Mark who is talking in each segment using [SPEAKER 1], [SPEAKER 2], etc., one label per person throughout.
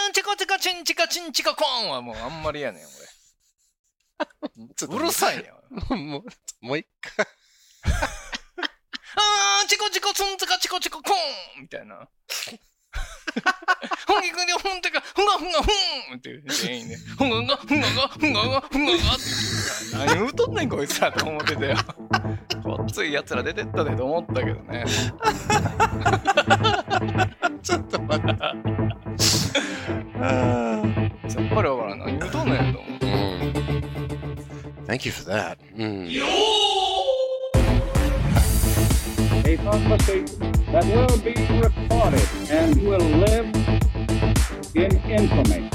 [SPEAKER 1] チンチカチンチカコーンはもうあんまりやねん、俺。うるさいねん。
[SPEAKER 2] もう、もうもう一 回。
[SPEAKER 1] あー、チコチコツンツカチコチココーンみたいな。 ふんぎくりふんてか、ふがふがふんって言っていいね。ふがが、ふがが、ふがが、ふががって。何言うとんねんこいつらと思ってたよ。こっついやつら出てったでと思ったけどね。
[SPEAKER 2] ちょっと待 って。あー
[SPEAKER 1] さっぱりわからん。何言うとんねんと思って。
[SPEAKER 2] うん。Thank you for that. うん。
[SPEAKER 3] a conversation that will be recorded and will live in infamy.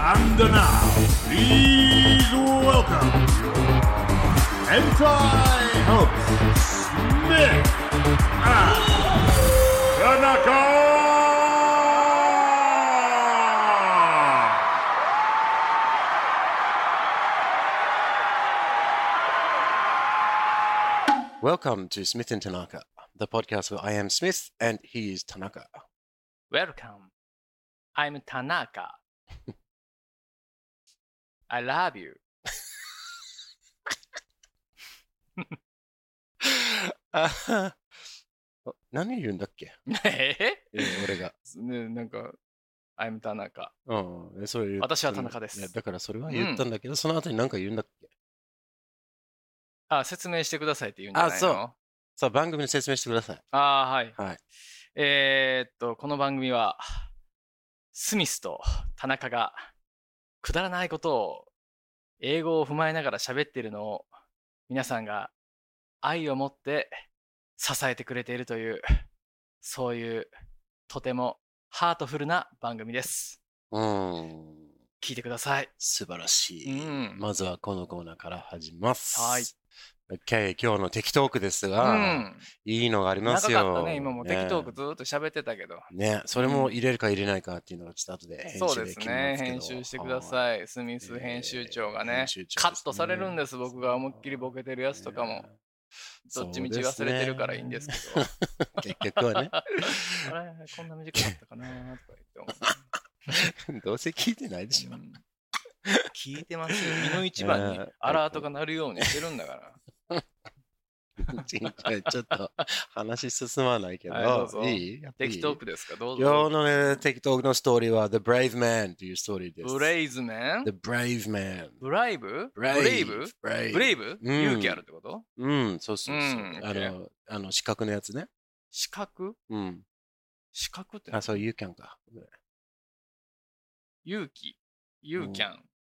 [SPEAKER 4] And now, please welcome Hentai Host Smith and Tanaka!
[SPEAKER 2] Welcome to Smith and Tanaka, the podcast where I am Smith and he is Tanaka.
[SPEAKER 1] Welcome. I'm Tanaka. I love you.
[SPEAKER 2] あーお何言うんだっけ、
[SPEAKER 1] え
[SPEAKER 2] えー俺が。
[SPEAKER 1] ね、なんか、I'm Tanaka.
[SPEAKER 2] うん、そういう。
[SPEAKER 1] 私は田中です
[SPEAKER 2] いやだからそれは言ったんだけど、その後に何か言うんだっけ
[SPEAKER 1] あ、説明してくださいって言うんじゃないの
[SPEAKER 2] あそさあ、番組に説明してください。
[SPEAKER 1] あーはい。
[SPEAKER 2] はい。
[SPEAKER 1] えーっと、この番組は、スミスと田中がくだらないことを英語を踏まえながら喋っているのを皆さんが愛を持って支えてくれているという、そういうとてもハートフルな番組です。
[SPEAKER 2] うん。
[SPEAKER 1] 聞いてください。
[SPEAKER 2] 素晴らし
[SPEAKER 1] う
[SPEAKER 2] い。
[SPEAKER 1] ん。
[SPEAKER 2] まずはこのコーナーから始めます。
[SPEAKER 1] はい。
[SPEAKER 2] OK、今日のテキトークです
[SPEAKER 1] う
[SPEAKER 2] が、
[SPEAKER 1] ん。
[SPEAKER 2] いいのがありま
[SPEAKER 1] 長
[SPEAKER 2] すよ。
[SPEAKER 1] かったね、今も適当く
[SPEAKER 2] ね
[SPEAKER 1] ずーっと喋ってたけど。
[SPEAKER 2] ね、それも入れるか入れないかっていうのがちょっと後で編集
[SPEAKER 1] そうで
[SPEAKER 2] です決め
[SPEAKER 1] ね。
[SPEAKER 2] ますけど
[SPEAKER 1] 編集してくだ
[SPEAKER 2] はい
[SPEAKER 1] さい。スミス編集長がね
[SPEAKER 2] 編集、長
[SPEAKER 1] カ
[SPEAKER 2] ですね
[SPEAKER 1] ットされるんです、僕が思いっきりボケてるやつとかも。どっちみち忘れてるからいいんですけど。
[SPEAKER 2] ど。 結局 はね、
[SPEAKER 1] あれこんな短かったかなとか言って
[SPEAKER 2] どうせ聞いてないでし
[SPEAKER 1] 思
[SPEAKER 2] ょ。
[SPEAKER 1] う。うん聞いてますよ。身の一番に
[SPEAKER 2] ねえ
[SPEAKER 1] アラートが鳴るようにしてるんだか
[SPEAKER 2] ちょっと話進まないけど、
[SPEAKER 1] はいどうぞ
[SPEAKER 2] いいや
[SPEAKER 1] ら。
[SPEAKER 2] っていい
[SPEAKER 1] 適当クですかどう
[SPEAKER 2] 今日
[SPEAKER 1] ぞ。
[SPEAKER 2] のね、テトークのストーリーは The Brave Man というストーリーです。
[SPEAKER 1] ブレイズメン
[SPEAKER 2] The Brave Man。
[SPEAKER 1] ブライブブレイブ
[SPEAKER 2] Brave
[SPEAKER 1] ブレイブ
[SPEAKER 2] うん
[SPEAKER 1] 勇気あるってこと
[SPEAKER 2] うん、そうそうそう。
[SPEAKER 1] うん
[SPEAKER 2] あの、あの、資格のやつね。
[SPEAKER 1] 資格
[SPEAKER 2] うん。
[SPEAKER 1] 資格って
[SPEAKER 2] あ、そう、You can か。
[SPEAKER 1] 勇気 ?You can?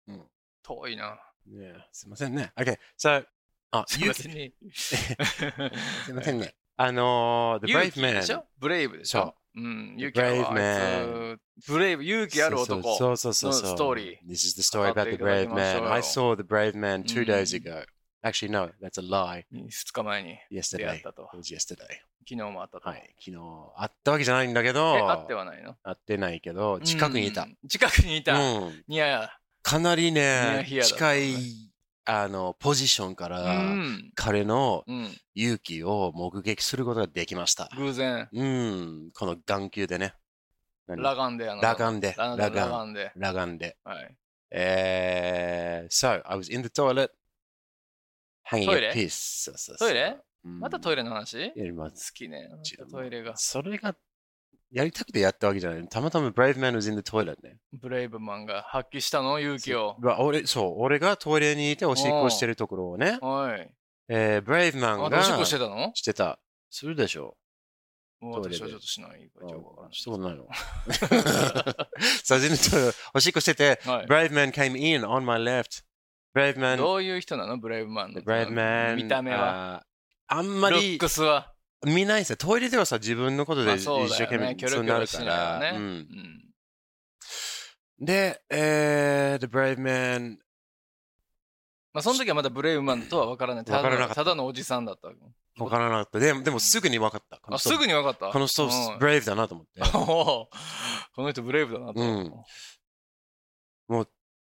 [SPEAKER 2] うん
[SPEAKER 1] 遠いな。
[SPEAKER 2] ねすいませんね。Okay, so, あ、
[SPEAKER 1] すい
[SPEAKER 2] You
[SPEAKER 1] ま
[SPEAKER 2] can
[SPEAKER 1] せんね。
[SPEAKER 2] すいませんね。 あのー、The
[SPEAKER 1] 勇
[SPEAKER 2] Brave
[SPEAKER 1] 気
[SPEAKER 2] Man。
[SPEAKER 1] でしょブレイブでしょうん、勇気ある
[SPEAKER 2] Brave
[SPEAKER 1] わあいつブレイブ、勇気ある男。
[SPEAKER 2] そうそうそうそう。
[SPEAKER 1] のストーリー
[SPEAKER 2] This is the story
[SPEAKER 1] 語っ
[SPEAKER 2] about
[SPEAKER 1] てい
[SPEAKER 2] the
[SPEAKER 1] ただき
[SPEAKER 2] brave
[SPEAKER 1] ましょう
[SPEAKER 2] man.
[SPEAKER 1] よ
[SPEAKER 2] I saw the brave man two days
[SPEAKER 1] うん
[SPEAKER 2] ago. Actually, no, that's a lie.
[SPEAKER 1] 2日前に出会
[SPEAKER 2] Yesterday.
[SPEAKER 1] っ
[SPEAKER 2] It
[SPEAKER 1] たと。昨
[SPEAKER 2] was yesterday.
[SPEAKER 1] 日もあったと。
[SPEAKER 2] はい。昨日、会ったわけじゃないんだけど、
[SPEAKER 1] え、会ってはないの
[SPEAKER 2] 会ってないけど、近くにいた。
[SPEAKER 1] う
[SPEAKER 2] うん
[SPEAKER 1] ん近くにいた。いや、
[SPEAKER 2] かなり
[SPEAKER 1] ニア
[SPEAKER 2] ね、
[SPEAKER 1] ヒアだった
[SPEAKER 2] 近
[SPEAKER 1] ね
[SPEAKER 2] い、あの、ポジションか
[SPEAKER 1] う
[SPEAKER 2] ら、
[SPEAKER 1] ん。
[SPEAKER 2] 彼の
[SPEAKER 1] うん。
[SPEAKER 2] 勇気を目撃することができました。
[SPEAKER 1] 偶然、
[SPEAKER 2] うん。この眼球でね。何
[SPEAKER 1] ラガンで、あの、
[SPEAKER 2] 裸眼で。
[SPEAKER 1] ラ
[SPEAKER 2] 裸
[SPEAKER 1] ラ
[SPEAKER 2] 眼。
[SPEAKER 1] ガンで。
[SPEAKER 2] 裸眼で。
[SPEAKER 1] はい。
[SPEAKER 2] Uh, so I was in the toilet hanging a
[SPEAKER 1] トイレ？
[SPEAKER 2] piss. そうそうそう
[SPEAKER 1] トイレ
[SPEAKER 2] うん
[SPEAKER 1] またトイレの話好
[SPEAKER 2] やります
[SPEAKER 1] きね。またトイレが。
[SPEAKER 2] それがやりたくてやったわけじゃない。たまたま Brave Man was in the toilet ね。
[SPEAKER 1] ブレイブマンが発揮したの勇気を。
[SPEAKER 2] まあ俺そう俺がトイレにいておしっこしてるところをね、
[SPEAKER 1] おい。
[SPEAKER 2] えー、Brave
[SPEAKER 1] あ
[SPEAKER 2] Man
[SPEAKER 1] なた
[SPEAKER 2] が
[SPEAKER 1] おしっこしてたの
[SPEAKER 2] してた。するでしょ
[SPEAKER 1] もう
[SPEAKER 2] トイレ
[SPEAKER 1] 私
[SPEAKER 2] で
[SPEAKER 1] はちょっとしない。
[SPEAKER 2] う。
[SPEAKER 1] 情報がわ
[SPEAKER 2] し
[SPEAKER 1] か
[SPEAKER 2] たことないの。so I was in the toilet おしっこしてて、
[SPEAKER 1] らないは
[SPEAKER 2] Brave Man came in on my left. Brave
[SPEAKER 1] い。
[SPEAKER 2] Man,
[SPEAKER 1] どういう人なのブレイブマン
[SPEAKER 2] the
[SPEAKER 1] の。
[SPEAKER 2] Brave Man
[SPEAKER 1] 見た目は。
[SPEAKER 2] あーあん
[SPEAKER 1] ル
[SPEAKER 2] まり
[SPEAKER 1] ックスは。
[SPEAKER 2] 見ないですよ。トイレではさ、自分のこと
[SPEAKER 1] ま
[SPEAKER 2] で
[SPEAKER 1] あ
[SPEAKER 2] 一
[SPEAKER 1] そうだよね
[SPEAKER 2] 生懸命
[SPEAKER 1] キョロ
[SPEAKER 2] そう
[SPEAKER 1] キョ
[SPEAKER 2] な
[SPEAKER 1] ロ
[SPEAKER 2] る
[SPEAKER 1] し
[SPEAKER 2] か
[SPEAKER 1] ながら
[SPEAKER 2] ら。
[SPEAKER 1] ね
[SPEAKER 2] うん
[SPEAKER 1] うん。
[SPEAKER 2] で、えー、The Brave Man、
[SPEAKER 1] まあその時はまだブレイブマンとは分からない。ただの
[SPEAKER 2] 分からなかった
[SPEAKER 1] ただのおじさんだったわけ。
[SPEAKER 2] わからなかった。ででもすぐに分かった。この
[SPEAKER 1] あ、す
[SPEAKER 2] 人
[SPEAKER 1] ぐに分かった。
[SPEAKER 2] この人、
[SPEAKER 1] うん
[SPEAKER 2] Brave だなと思って。
[SPEAKER 1] おーこの人ブレイブだなと。
[SPEAKER 2] うん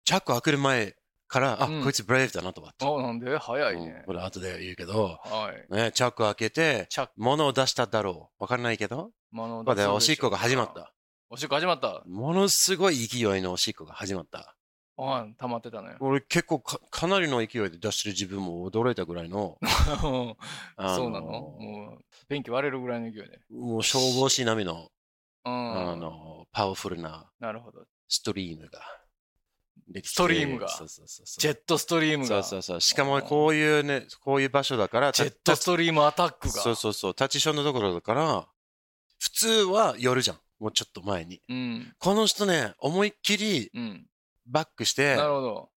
[SPEAKER 2] チャック開ける前から、あ、
[SPEAKER 1] うん
[SPEAKER 2] こいつ Brave だなと思って。
[SPEAKER 1] あ、なんで早い
[SPEAKER 2] うん
[SPEAKER 1] ね。
[SPEAKER 2] これ後で言うけど、
[SPEAKER 1] はい。
[SPEAKER 2] ね、チャック開けて、
[SPEAKER 1] チャック
[SPEAKER 2] 物を出しただろう。わかんないけど、
[SPEAKER 1] まああの
[SPEAKER 2] ここでおしっこが始まっ
[SPEAKER 1] そうで
[SPEAKER 2] た。
[SPEAKER 1] おしっこ始まった。
[SPEAKER 2] ものすごい勢いのおしっこが始まった。
[SPEAKER 1] うん、溜まってたのよ。
[SPEAKER 2] 俺結構かかなりの勢いで出してる自分も驚いたぐら いの。あ
[SPEAKER 1] そうなのもう、便器割れるぐらいの勢いで。
[SPEAKER 2] もう消防士並みの、
[SPEAKER 1] う
[SPEAKER 2] あ
[SPEAKER 1] ん。
[SPEAKER 2] の、パワフルな
[SPEAKER 1] なるほど。
[SPEAKER 2] ストリームができて。
[SPEAKER 1] ストリームが
[SPEAKER 2] そうそうそうそう。
[SPEAKER 1] ジェットストリーム
[SPEAKER 2] そ
[SPEAKER 1] が。
[SPEAKER 2] うそうそう。しかもこういうね、こういう場所だから、
[SPEAKER 1] ジェットストリームアタックが。
[SPEAKER 2] そうそうそう。タッチションのところだから、普通は夜じゃん。もうちょっと前に。
[SPEAKER 1] うん。
[SPEAKER 2] この人ね、思いっきり
[SPEAKER 1] うん。
[SPEAKER 2] バックして
[SPEAKER 1] な、るほど。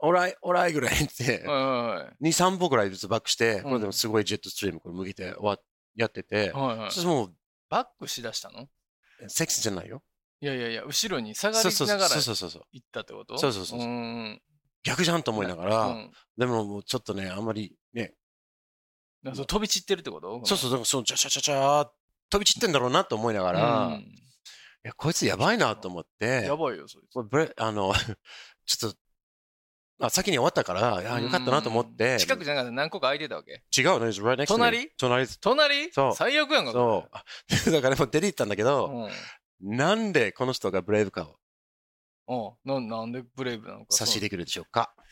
[SPEAKER 2] オライ、オライぐらいって、
[SPEAKER 1] は
[SPEAKER 2] 2、3歩ぐらいずつバックして、
[SPEAKER 1] ん
[SPEAKER 2] これでもすごいジェットストリームこれ向けてわやってて
[SPEAKER 1] い、はい。はいはい
[SPEAKER 2] そし。てもう、
[SPEAKER 1] バックしだしたの
[SPEAKER 2] セクシーじゃないよ。
[SPEAKER 1] いやいやいや、後ろに下が
[SPEAKER 2] そう
[SPEAKER 1] り
[SPEAKER 2] そうそ
[SPEAKER 1] な
[SPEAKER 2] う
[SPEAKER 1] がら
[SPEAKER 2] そうそうそう。
[SPEAKER 1] 行ったってこと
[SPEAKER 2] そうそうそう
[SPEAKER 1] う。
[SPEAKER 2] そうん逆じゃんと思いなが
[SPEAKER 1] う
[SPEAKER 2] ら、
[SPEAKER 1] ん
[SPEAKER 2] でももうちょっとね、あんまりね、
[SPEAKER 1] なんかそう飛び散ってるってこと
[SPEAKER 2] そうそう、だからその、ちゃちゃちゃちゃ、飛び散ってんだろうなと思いなが
[SPEAKER 1] う
[SPEAKER 2] ら、い
[SPEAKER 1] ん
[SPEAKER 2] や、こいつやばいなと思って、
[SPEAKER 1] やばいよ、そいつ。
[SPEAKER 2] これブレあの、 ちょっと、まあ、先に終わったから、あよかったなと思っ
[SPEAKER 1] う
[SPEAKER 2] て
[SPEAKER 1] ん。近くじゃなくて何個か空いてたわけ。
[SPEAKER 2] 違うの、it's right next to me
[SPEAKER 1] 隣
[SPEAKER 2] 隣です
[SPEAKER 1] 隣
[SPEAKER 2] そう
[SPEAKER 1] 最悪やんか。
[SPEAKER 2] そうあ。だからもう 出て行ったんだけど、
[SPEAKER 1] これ
[SPEAKER 2] なんでこの人がブレイブかを
[SPEAKER 1] うん。うん。ななんでブレイブなのか。
[SPEAKER 2] 差し入れくるでしょうか。
[SPEAKER 1] そう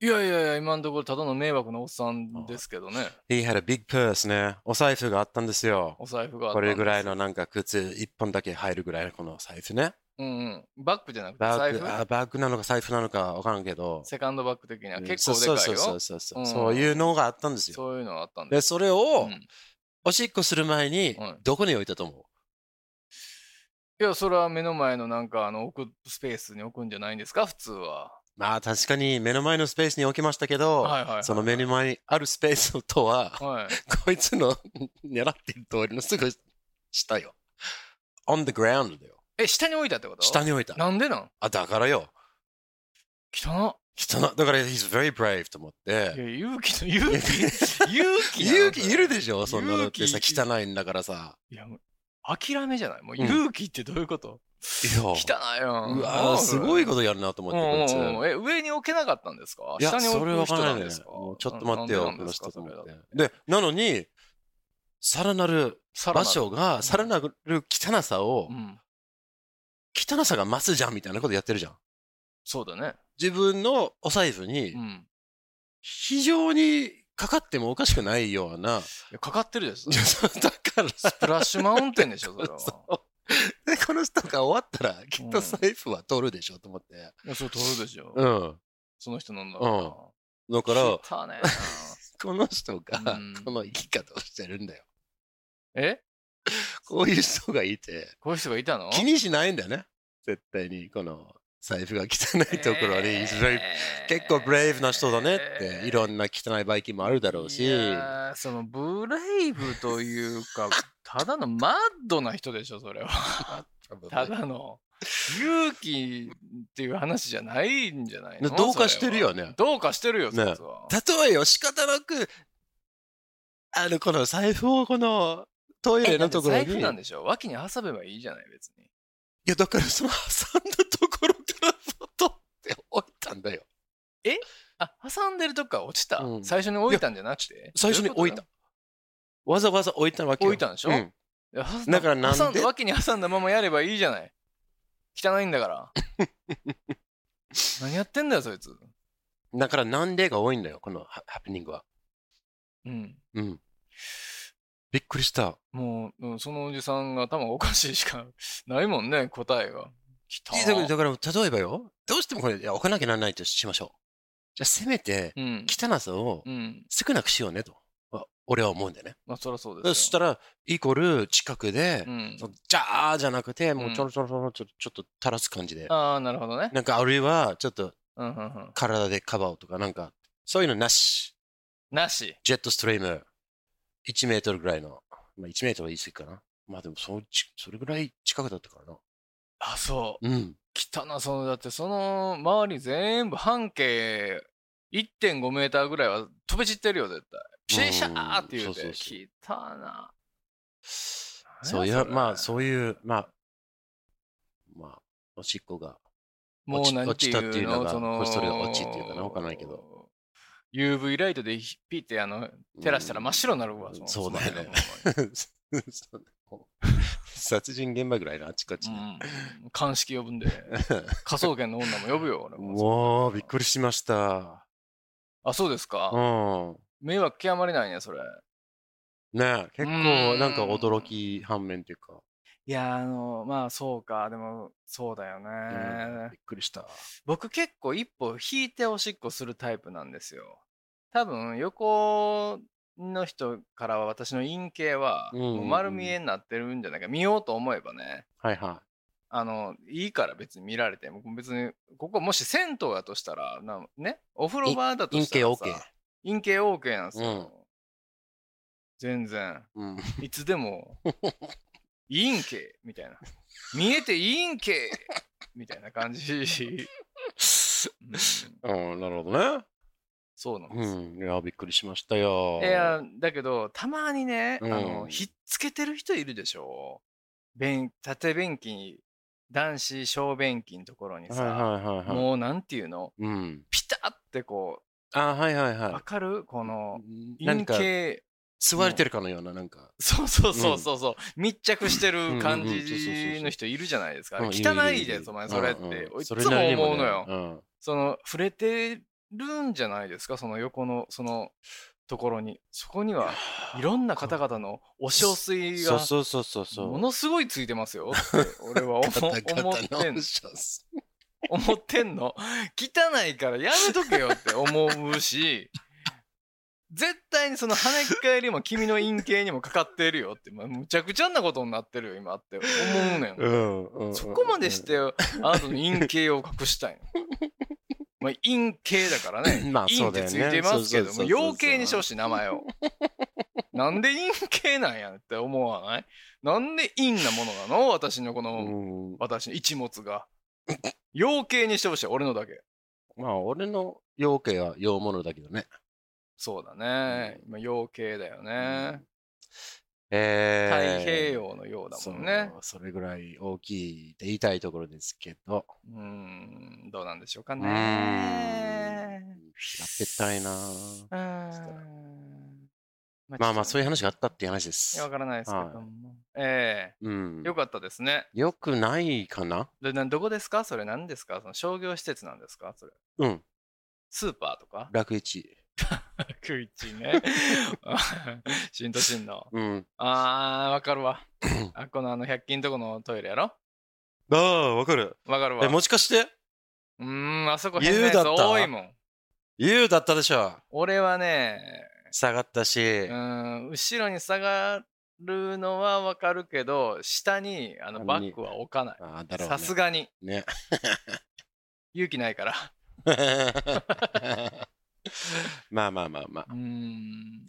[SPEAKER 1] いやいやいや、今のところただの迷惑なおっさんですけどね。
[SPEAKER 2] He had a big purse ね。お財布があったんですよ。
[SPEAKER 1] お財布があった
[SPEAKER 2] こ
[SPEAKER 1] んで
[SPEAKER 2] れ
[SPEAKER 1] す
[SPEAKER 2] ぐらいのなんか靴1本だけ入るぐらいのこの財布ね。
[SPEAKER 1] うんうん。バッグじゃなくて
[SPEAKER 2] バ
[SPEAKER 1] 財
[SPEAKER 2] ッ
[SPEAKER 1] 布
[SPEAKER 2] グ、あバッグなのか財布なのかわからんけど。
[SPEAKER 1] セカンドバッグ的には
[SPEAKER 2] うん
[SPEAKER 1] 結構でかいよ。
[SPEAKER 2] そうそうそうそう。
[SPEAKER 1] うん
[SPEAKER 2] そういうのがあったんですよ。
[SPEAKER 1] そういうのあったんで
[SPEAKER 2] で、
[SPEAKER 1] す。
[SPEAKER 2] それを
[SPEAKER 1] うん
[SPEAKER 2] おしっこする前に
[SPEAKER 1] はい
[SPEAKER 2] どこに置いたと思う
[SPEAKER 1] いや、それは目の前のなんか、あの、置くスペースに置くんじゃないんですか、普通は。
[SPEAKER 2] まあ確かに目の前のスペースに置きましたけど、
[SPEAKER 1] はいはいはい
[SPEAKER 2] その目の前にあるスペースとは、
[SPEAKER 1] はい。
[SPEAKER 2] こいつの 狙ってる通りのすぐ下よ。on the ground だよ。
[SPEAKER 1] え、下に置いたってこと
[SPEAKER 2] 下に置いた。
[SPEAKER 1] なんでなん
[SPEAKER 2] あ、だからよ。
[SPEAKER 1] 汚
[SPEAKER 2] 人の、だから he's very brave と思っ
[SPEAKER 1] っ。い
[SPEAKER 2] て。
[SPEAKER 1] や、勇気の、勇気 勇気なの
[SPEAKER 2] 勇気いるでしょそんなのってさ、
[SPEAKER 1] 勇気
[SPEAKER 2] 汚いんだからさ。
[SPEAKER 1] いや、もう諦めじゃないもう
[SPEAKER 2] うん
[SPEAKER 1] 勇気ってどういうこと、
[SPEAKER 2] いや
[SPEAKER 1] 汚いよ。
[SPEAKER 2] うわーすごい
[SPEAKER 1] こ
[SPEAKER 2] ことやるなと思
[SPEAKER 1] と
[SPEAKER 2] っ
[SPEAKER 1] う
[SPEAKER 2] て、
[SPEAKER 1] ん
[SPEAKER 2] こいつ。
[SPEAKER 1] うんうんえ、上に置けなかったんですか
[SPEAKER 2] いや、
[SPEAKER 1] 下に置
[SPEAKER 2] それは
[SPEAKER 1] く人
[SPEAKER 2] 分から
[SPEAKER 1] な
[SPEAKER 2] なんいね。
[SPEAKER 1] ですか
[SPEAKER 2] もうちょっと待って
[SPEAKER 1] な
[SPEAKER 2] よ
[SPEAKER 1] な、んでな
[SPEAKER 2] こ
[SPEAKER 1] ん
[SPEAKER 2] の
[SPEAKER 1] ですか
[SPEAKER 2] 人と思っ
[SPEAKER 1] それだ
[SPEAKER 2] て
[SPEAKER 1] って。
[SPEAKER 2] で、なのに、さらなる
[SPEAKER 1] さら
[SPEAKER 2] 場
[SPEAKER 1] なる
[SPEAKER 2] 所が、さらなる汚さを
[SPEAKER 1] う、ん。
[SPEAKER 2] 汚さが増すじゃんみたいなことやってるじゃん。
[SPEAKER 1] そうだね。
[SPEAKER 2] 自分のお財布に
[SPEAKER 1] う、ん。
[SPEAKER 2] 非常にかかってもおかしくないような。
[SPEAKER 1] いやかかってるでしょ。
[SPEAKER 2] だから、
[SPEAKER 1] スプラッシュマウンテンでしょ、それは。
[SPEAKER 2] そうで、この人が終わったら、きっと財布は取るでしょと思って。
[SPEAKER 1] いや、それ取るでしょ。
[SPEAKER 2] うん。
[SPEAKER 1] その人なんだろ
[SPEAKER 2] だか
[SPEAKER 1] うな。
[SPEAKER 2] ら、
[SPEAKER 1] 汚ね
[SPEAKER 2] この人が
[SPEAKER 1] うん、
[SPEAKER 2] この生き方をしてるんだよ。
[SPEAKER 1] えな。え
[SPEAKER 2] こういう人がいて、
[SPEAKER 1] こういう人がいたの
[SPEAKER 2] 気にしないんだよね。絶対に、この財布が汚いところに、
[SPEAKER 1] えー
[SPEAKER 2] He's very- 結構ブレイブな人だねって、いろんな汚いバイキンもあるだろうし
[SPEAKER 1] い、やーそのブレイブという かただのマッドな人でしょそれ はただの勇気っていう話じゃないんじゃないの
[SPEAKER 2] どうかしてるよね
[SPEAKER 1] それはどうかしてるよそ
[SPEAKER 2] ね
[SPEAKER 1] いつは、
[SPEAKER 2] 例えよ、仕方なく、あの、この財布をこのトイレ
[SPEAKER 1] えだ
[SPEAKER 2] の
[SPEAKER 1] って
[SPEAKER 2] ところ
[SPEAKER 1] 財
[SPEAKER 2] に、
[SPEAKER 1] 布
[SPEAKER 2] い
[SPEAKER 1] なんでしょ脇に挟めばいいじゃない別に
[SPEAKER 2] や、だからその挟んだところから取って置いたんだよ。
[SPEAKER 1] あ挟んでるとこから落ちた、
[SPEAKER 2] うん
[SPEAKER 1] 最初に置いたんじゃなくて
[SPEAKER 2] 最初に置いた。わざわざ置いたわけよ。
[SPEAKER 1] 置いたんでしょ
[SPEAKER 2] うん
[SPEAKER 1] だか
[SPEAKER 2] だからなんで
[SPEAKER 1] 脇に挟んだままやればいいじゃない汚いんだから 何やってんだよそいつ
[SPEAKER 2] だからなんでが多いんだよ、このハハプニングは。
[SPEAKER 1] うん
[SPEAKER 2] うん。びっくりした。
[SPEAKER 1] もう、うん、そのおじさんが頭おかしいしか ないもんね、答えが。きた
[SPEAKER 2] いやだから、だから例えばよ、どうしてもこれ、いや置かなきゃならないとしましょう。じゃあ、せめて、
[SPEAKER 1] うん。
[SPEAKER 2] 汚さを
[SPEAKER 1] うん。
[SPEAKER 2] 少なくしようねと、は俺は思うんだよね。
[SPEAKER 1] まあ、そりゃそうですよ。
[SPEAKER 2] そしたら、イコール近くで
[SPEAKER 1] う、ん
[SPEAKER 2] そ。のジャーじゃなくて、もうんうちょろちょろちょろちょろちょっと垂らす感じで、
[SPEAKER 1] ああ、なるほどね。
[SPEAKER 2] なんかあるいはちょっと
[SPEAKER 1] うん、うん、うん。
[SPEAKER 2] 体でカバーをとか、なんかそういうのなし、
[SPEAKER 1] なし。
[SPEAKER 2] ジェットストリーム、1メートルぐらいの、まあ、1メートルは言い過ぎかな。まあでもそのち、それぐらい近くだったからな。
[SPEAKER 1] あ、そう。
[SPEAKER 2] うん。
[SPEAKER 1] 汚な、その、だって、その、周り全部半径1.5メーターぐらいは飛び散ってるよ、絶対。ピシャシャーって言う
[SPEAKER 2] うん
[SPEAKER 1] て。
[SPEAKER 2] そうそう
[SPEAKER 1] 汚な。
[SPEAKER 2] そういや、まあ
[SPEAKER 1] う。
[SPEAKER 2] そういう、まあ、まあ、おしっこが、
[SPEAKER 1] もうなんていうの
[SPEAKER 2] 落ちたっていうのが
[SPEAKER 1] その、
[SPEAKER 2] それが落ちっていうかなわかんないけど。
[SPEAKER 1] UV ライトでピって、あの、照らしたら真っ白になるわ。
[SPEAKER 2] うん
[SPEAKER 1] の
[SPEAKER 2] そうだよね
[SPEAKER 1] その辺がほんまに
[SPEAKER 2] そう殺人現場ぐらいのあちこち
[SPEAKER 1] う
[SPEAKER 2] に。
[SPEAKER 1] ん。鑑識呼ぶん で、科捜研の女も呼ぶよ、俺
[SPEAKER 2] も
[SPEAKER 1] も。
[SPEAKER 2] う、びっくりしました。
[SPEAKER 1] あ、そうです
[SPEAKER 2] う
[SPEAKER 1] か。
[SPEAKER 2] ん。
[SPEAKER 1] 迷惑極まりないね、それ。
[SPEAKER 2] ねえ結
[SPEAKER 1] う
[SPEAKER 2] 構
[SPEAKER 1] ん
[SPEAKER 2] なんか驚き反面というか、
[SPEAKER 1] いや、あの、まあ、そうか。でも、そうだよ
[SPEAKER 2] うん
[SPEAKER 1] ね
[SPEAKER 2] び。っくりした。
[SPEAKER 1] 僕結構一歩引いておしっこするタイプなんですよ。多分横の人からは私の陰茎は
[SPEAKER 2] うんうんうん
[SPEAKER 1] もう丸見えになってるんじゃないか、見ようと思えばね
[SPEAKER 2] はいは
[SPEAKER 1] あのいいから別に見られても別にここもし銭湯だとしたらなねお風呂場だと
[SPEAKER 2] い。陰
[SPEAKER 1] した
[SPEAKER 2] 形
[SPEAKER 1] ら
[SPEAKER 2] OK
[SPEAKER 1] さ。陰茎 OK なんですよ、
[SPEAKER 2] うん
[SPEAKER 1] 全然
[SPEAKER 2] うん。
[SPEAKER 1] いつでも陰茎みたいな見えて陰茎みたいな感 じ、うん
[SPEAKER 2] うん、なるほどね。
[SPEAKER 1] そうなんですよ、
[SPEAKER 2] うん。いや、びっくりしましたよ。
[SPEAKER 1] いやだけどたまにね、あ
[SPEAKER 2] う
[SPEAKER 1] の
[SPEAKER 2] ん
[SPEAKER 1] ひっつけてる人いるでしょ便縦便器に男子小便器のところに
[SPEAKER 2] はい
[SPEAKER 1] さ、
[SPEAKER 2] はいはいはい。
[SPEAKER 1] もうなんていうの
[SPEAKER 2] うん。
[SPEAKER 1] ピタってこ
[SPEAKER 2] あ、はいはいう
[SPEAKER 1] わ
[SPEAKER 2] は
[SPEAKER 1] かるこの
[SPEAKER 2] い。
[SPEAKER 1] 陰
[SPEAKER 2] 何か、
[SPEAKER 1] 茎
[SPEAKER 2] 吸われてるかのような、なんか。
[SPEAKER 1] そうそうそうそうそう、密着してる感
[SPEAKER 2] うんうんうんそうそうそうそ
[SPEAKER 1] じ
[SPEAKER 2] う
[SPEAKER 1] の人いるじゃないですか、
[SPEAKER 2] うん
[SPEAKER 1] 汚
[SPEAKER 2] る
[SPEAKER 1] い
[SPEAKER 2] る
[SPEAKER 1] ですお前それって、
[SPEAKER 2] うんうん
[SPEAKER 1] いつ
[SPEAKER 2] そ
[SPEAKER 1] も
[SPEAKER 2] れなりに
[SPEAKER 1] 思う
[SPEAKER 2] ね
[SPEAKER 1] のよ、
[SPEAKER 2] うん
[SPEAKER 1] その触れてるんじゃないですかその横のそのところにそこにはいろんな方々のお小水
[SPEAKER 2] そう
[SPEAKER 1] が
[SPEAKER 2] そうそうそうそう。
[SPEAKER 1] ものすごいついてますよって俺は思
[SPEAKER 2] 方々の
[SPEAKER 1] 思ってん
[SPEAKER 2] お小水
[SPEAKER 1] 思ってんの汚いからやめとけよって思うし絶対にその跳ね返りも君の陰茎にもかかってるよって、まあ、むちゃくちゃなことになってるよ今って思うねん
[SPEAKER 2] うんうんうん
[SPEAKER 1] そこまでして、あなたの陰茎を隠したい の。まあ、陰茎だからね。
[SPEAKER 2] まあ
[SPEAKER 1] 陰
[SPEAKER 2] そ
[SPEAKER 1] っ
[SPEAKER 2] う
[SPEAKER 1] て
[SPEAKER 2] だよね
[SPEAKER 1] ついてますけども、
[SPEAKER 2] そうそうそうそう
[SPEAKER 1] 陽茎にしてほしい名前を。なんで陰茎なんやって思わないなんで陰なものなの私のこ
[SPEAKER 2] う
[SPEAKER 1] の、
[SPEAKER 2] ん、
[SPEAKER 1] 私の一物が。陽茎にしてほしい、俺のだけ。
[SPEAKER 2] まあ俺の養鶏は養物だけどね。
[SPEAKER 1] そうだね。まあ、陽茎だよね。
[SPEAKER 2] え
[SPEAKER 1] 太
[SPEAKER 2] ー、
[SPEAKER 1] 平洋のようだもんね。
[SPEAKER 2] そう。それぐらい大きいって言いたいところですけど、
[SPEAKER 1] うーん、どうなんでしょうか
[SPEAKER 2] う
[SPEAKER 1] ね。
[SPEAKER 2] やってたいな。
[SPEAKER 1] うー
[SPEAKER 2] したら
[SPEAKER 1] ん
[SPEAKER 2] まあまあそう
[SPEAKER 1] いう
[SPEAKER 2] いう話があったっていう話
[SPEAKER 1] い
[SPEAKER 2] で
[SPEAKER 1] や
[SPEAKER 2] す
[SPEAKER 1] わ。からないですけども、
[SPEAKER 2] は
[SPEAKER 1] え
[SPEAKER 2] う
[SPEAKER 1] え
[SPEAKER 2] ん。
[SPEAKER 1] よかったですね
[SPEAKER 2] よくないかな
[SPEAKER 1] でなどこですかそれ何ですかその商業施設なんですかそれ
[SPEAKER 2] うん。
[SPEAKER 1] スーパーと か
[SPEAKER 2] 楽一。
[SPEAKER 1] 楽市 ね 新都心の
[SPEAKER 2] うん。
[SPEAKER 1] あーわかる わあこのあの100均とこのトイレやろ
[SPEAKER 2] ああ、わかる。
[SPEAKER 1] わかるわ
[SPEAKER 2] え、もしかして、
[SPEAKER 1] うーんあそこ変なや
[SPEAKER 2] 言
[SPEAKER 1] つ
[SPEAKER 2] うだった
[SPEAKER 1] 多いもん
[SPEAKER 2] U だったでしょ。
[SPEAKER 1] 俺はね
[SPEAKER 2] 下がったし
[SPEAKER 1] う、ーん後ろに下がるのはわかるけど下にあのバッグは置かない
[SPEAKER 2] ああ、だろうね。
[SPEAKER 1] さすがに
[SPEAKER 2] ね。
[SPEAKER 1] 勇気ないから
[SPEAKER 2] まあまあまあまあ。
[SPEAKER 1] うーん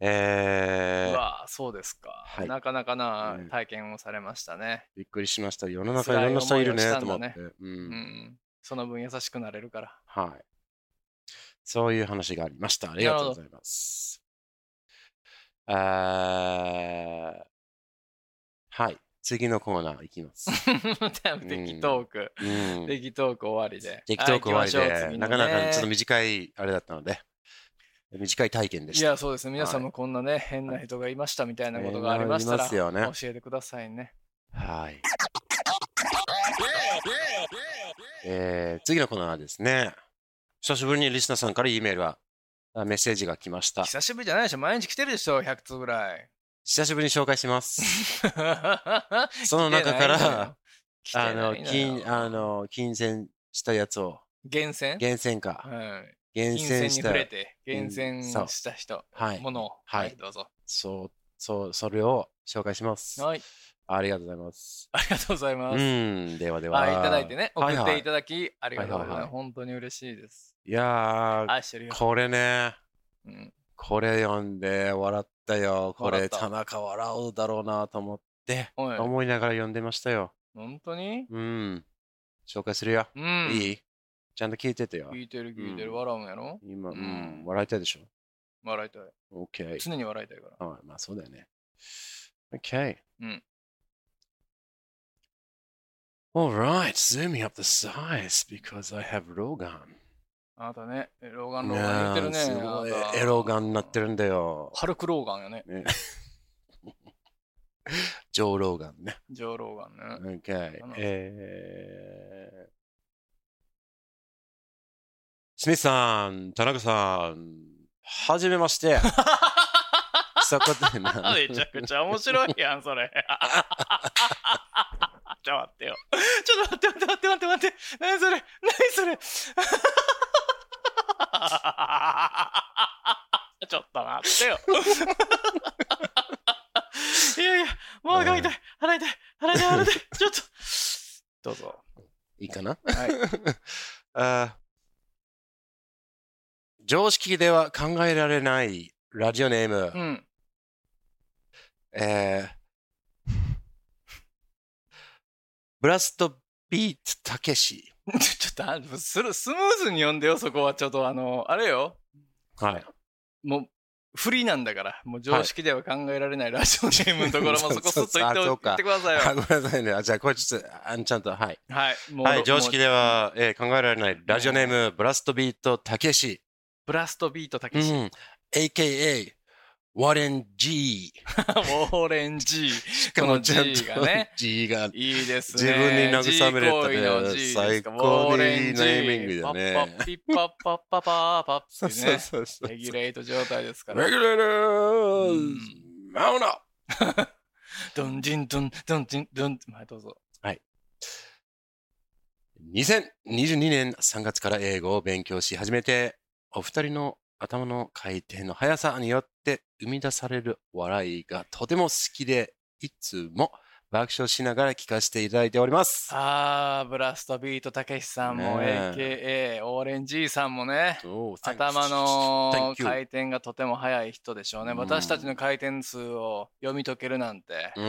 [SPEAKER 2] え
[SPEAKER 1] う
[SPEAKER 2] ー、
[SPEAKER 1] わあそうですか、
[SPEAKER 2] はい
[SPEAKER 1] なかなかな
[SPEAKER 2] うん
[SPEAKER 1] 体験をされましたね、
[SPEAKER 2] びっくりしました。世の中いろんな人いるねと思って。う
[SPEAKER 1] うん
[SPEAKER 2] ん。
[SPEAKER 1] その分優しくなれる から
[SPEAKER 2] はい。そういう話がありました。ありがとうございます。あーはい。次のコーナーい きます。
[SPEAKER 1] 多分適トーク、
[SPEAKER 2] うん。
[SPEAKER 1] 適トーク終わりで
[SPEAKER 2] テキトーク終わり
[SPEAKER 1] はい行きましょう
[SPEAKER 2] で、
[SPEAKER 1] 次の
[SPEAKER 2] な
[SPEAKER 1] ね
[SPEAKER 2] かなかちょっと短いあれだったので、短い体験でし
[SPEAKER 1] い
[SPEAKER 2] た。
[SPEAKER 1] やそうですね皆さん
[SPEAKER 2] は
[SPEAKER 1] もこんなね、変な人がいましたみたいなことが
[SPEAKER 2] は
[SPEAKER 1] あ
[SPEAKER 2] い
[SPEAKER 1] りました
[SPEAKER 2] いますよ
[SPEAKER 1] ら、
[SPEAKER 2] ね
[SPEAKER 1] 教えてくださいね
[SPEAKER 2] はい。えー次のコーナーはですね、久しぶりにリスナーさんから E メールは、あメッセージが来ました。
[SPEAKER 1] 久しぶりじゃないでしょ毎日来てるでしょ100通ぐら い
[SPEAKER 2] 久しぶりに紹介 します。その中から、
[SPEAKER 1] 来てな
[SPEAKER 2] あ
[SPEAKER 1] いのよ
[SPEAKER 2] の、
[SPEAKER 1] 来てないの
[SPEAKER 2] 金、
[SPEAKER 1] よ
[SPEAKER 2] あの、金銭したやつを、
[SPEAKER 1] 厳選
[SPEAKER 2] 厳選か。
[SPEAKER 1] はい
[SPEAKER 2] 厳
[SPEAKER 1] 金銭
[SPEAKER 2] 選
[SPEAKER 1] に
[SPEAKER 2] した
[SPEAKER 1] 触、れて厳選
[SPEAKER 2] うんそう
[SPEAKER 1] した人
[SPEAKER 2] はい
[SPEAKER 1] ものを
[SPEAKER 2] はい
[SPEAKER 1] はいどうぞ
[SPEAKER 2] そう、そう、それを紹介します。
[SPEAKER 1] はい
[SPEAKER 2] ありがとうございます。
[SPEAKER 1] ありがとうございます。
[SPEAKER 2] うん、ではでは。
[SPEAKER 1] あいただいてね、送
[SPEAKER 2] はいはい
[SPEAKER 1] っていただき、ありがとうございます、
[SPEAKER 2] はいはい
[SPEAKER 1] 本当に嬉しいです。
[SPEAKER 2] いやー、
[SPEAKER 1] 愛してるよ。
[SPEAKER 2] これね、
[SPEAKER 1] うん、
[SPEAKER 2] これ読んで笑ったよ。こ
[SPEAKER 1] 笑
[SPEAKER 2] れ、
[SPEAKER 1] った
[SPEAKER 2] 田中笑うだろうなと思って、
[SPEAKER 1] おい
[SPEAKER 2] 思いながら読んでましたよ。
[SPEAKER 1] 本当に
[SPEAKER 2] うん。紹介するよ。
[SPEAKER 1] うん。
[SPEAKER 2] いいちゃんと聞いててよ。
[SPEAKER 1] 聞いてる聞いて
[SPEAKER 2] う
[SPEAKER 1] る、
[SPEAKER 2] ん
[SPEAKER 1] 笑うんやろ
[SPEAKER 2] 今、う
[SPEAKER 1] うん
[SPEAKER 2] ん、笑いたいでしょ。
[SPEAKER 1] 笑いたい。
[SPEAKER 2] OK。
[SPEAKER 1] 常に笑いたいから。
[SPEAKER 2] はい、まあそうだよね。OK。
[SPEAKER 1] うん。
[SPEAKER 2] Alright, zooming up the size because I have Rogan.
[SPEAKER 1] あなたね、老眼老眼言ってるね。
[SPEAKER 2] いやーすごい
[SPEAKER 1] あなた
[SPEAKER 2] エロガンになってるんだよ。
[SPEAKER 1] ハルク老眼やね。
[SPEAKER 2] ねジョー・ローガンね。
[SPEAKER 1] 上老眼ね。
[SPEAKER 2] Okay.
[SPEAKER 1] なんだ
[SPEAKER 2] えースミスさん、田中さん、はじめ まして。そこでな
[SPEAKER 1] めちゃくちゃ面白いやん、そ れ。ちょっと待ってよ。ちょっと待って待って待って待って待って。何それ 何それちょっと待ってよ。 いやいや、もうお腹が痛い。腹痛い。腹痛い。腹痛い。ちょっと。どうぞ。
[SPEAKER 2] いい かな、
[SPEAKER 1] はい
[SPEAKER 2] あー常識では考えられないラジオネーム。
[SPEAKER 1] うん。
[SPEAKER 2] えーブラストビートたけし。
[SPEAKER 1] ちょっとあスル、スムーズに読んでよ、そこは。ちょっとあの、あれよ。
[SPEAKER 2] はい。
[SPEAKER 1] もう、フリーなんだから、もう常識では考えられないラジオネームのところも
[SPEAKER 2] はい
[SPEAKER 1] そこすっと言って
[SPEAKER 2] そうそうあそうか
[SPEAKER 1] 言ってくださいよ。
[SPEAKER 2] あごめんなさいね。あじゃあ、これちょっと、あちゃんと、はい。
[SPEAKER 1] はい、もう、
[SPEAKER 2] はい、常識で
[SPEAKER 1] もう。
[SPEAKER 2] は、えー考えられないラジオネーム、ブラストビートたけし。
[SPEAKER 1] ブラストビートた
[SPEAKER 2] う
[SPEAKER 1] けし、
[SPEAKER 2] ん。AKA、ワレン G。
[SPEAKER 1] オレンジ。 この G がね。
[SPEAKER 2] G が。
[SPEAKER 1] いいですね。
[SPEAKER 2] 自分に慰めれたね
[SPEAKER 1] G 行為の G ですか
[SPEAKER 2] 最高に
[SPEAKER 1] ウォーレンジ
[SPEAKER 2] ネーミングだね
[SPEAKER 1] パッパッピッパッパッパッパーパッ
[SPEAKER 2] そう
[SPEAKER 1] って
[SPEAKER 2] そう
[SPEAKER 1] ね。
[SPEAKER 2] そうそう。
[SPEAKER 1] レ
[SPEAKER 2] レ
[SPEAKER 1] ギ
[SPEAKER 2] ギ
[SPEAKER 1] ュ
[SPEAKER 2] ュ
[SPEAKER 1] レート状態ですから。
[SPEAKER 2] レータ
[SPEAKER 1] う
[SPEAKER 2] ー
[SPEAKER 1] ん
[SPEAKER 2] ズ、マウナ
[SPEAKER 1] ドンジンドンドンジンドン。はい、どうぞ。
[SPEAKER 2] 2022年3月から英語を勉強し始めて、お二人の頭の回転の速さによって生み出される笑いがとても好きで、いつも爆笑しながら聞かせていただいております。
[SPEAKER 1] あー、ブラストビートたけしさんも、
[SPEAKER 2] ね
[SPEAKER 1] AKA オーレンジさんもね。
[SPEAKER 2] Oh, thanks.
[SPEAKER 1] 頭の
[SPEAKER 2] Thank you.
[SPEAKER 1] 回転がとても速い人でしょうね。
[SPEAKER 2] うん
[SPEAKER 1] 私たちの回転数を読み解けるなんて。
[SPEAKER 2] うん。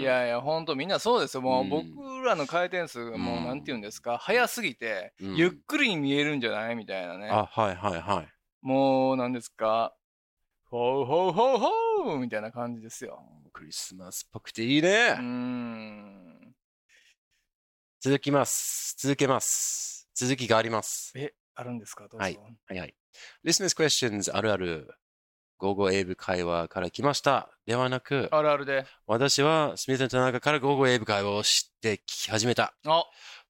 [SPEAKER 1] いやいや、ほんとみんなそうですよ。もううん僕らの回転数がもう
[SPEAKER 2] うん
[SPEAKER 1] なんて言うんですか、早すぎて、
[SPEAKER 2] うん
[SPEAKER 1] ゆっくりに見えるんじゃないみたいなね。
[SPEAKER 2] あ、はいはいはい。
[SPEAKER 1] もうなんですか、ほうほうほうほうみたいな感じですよ。
[SPEAKER 2] クリスマスっぽくていいうね。
[SPEAKER 1] ーん。
[SPEAKER 2] 続きます。続けます。続きがあります。
[SPEAKER 1] え、あるんですかどうぞ。
[SPEAKER 2] はいはいはい。Listeners Questions あるある。午後英語会話から来ました。ではなく、
[SPEAKER 1] あるあるで。
[SPEAKER 2] 私はスミスの田中から午後英語会話を知って聞き始めた
[SPEAKER 1] あ、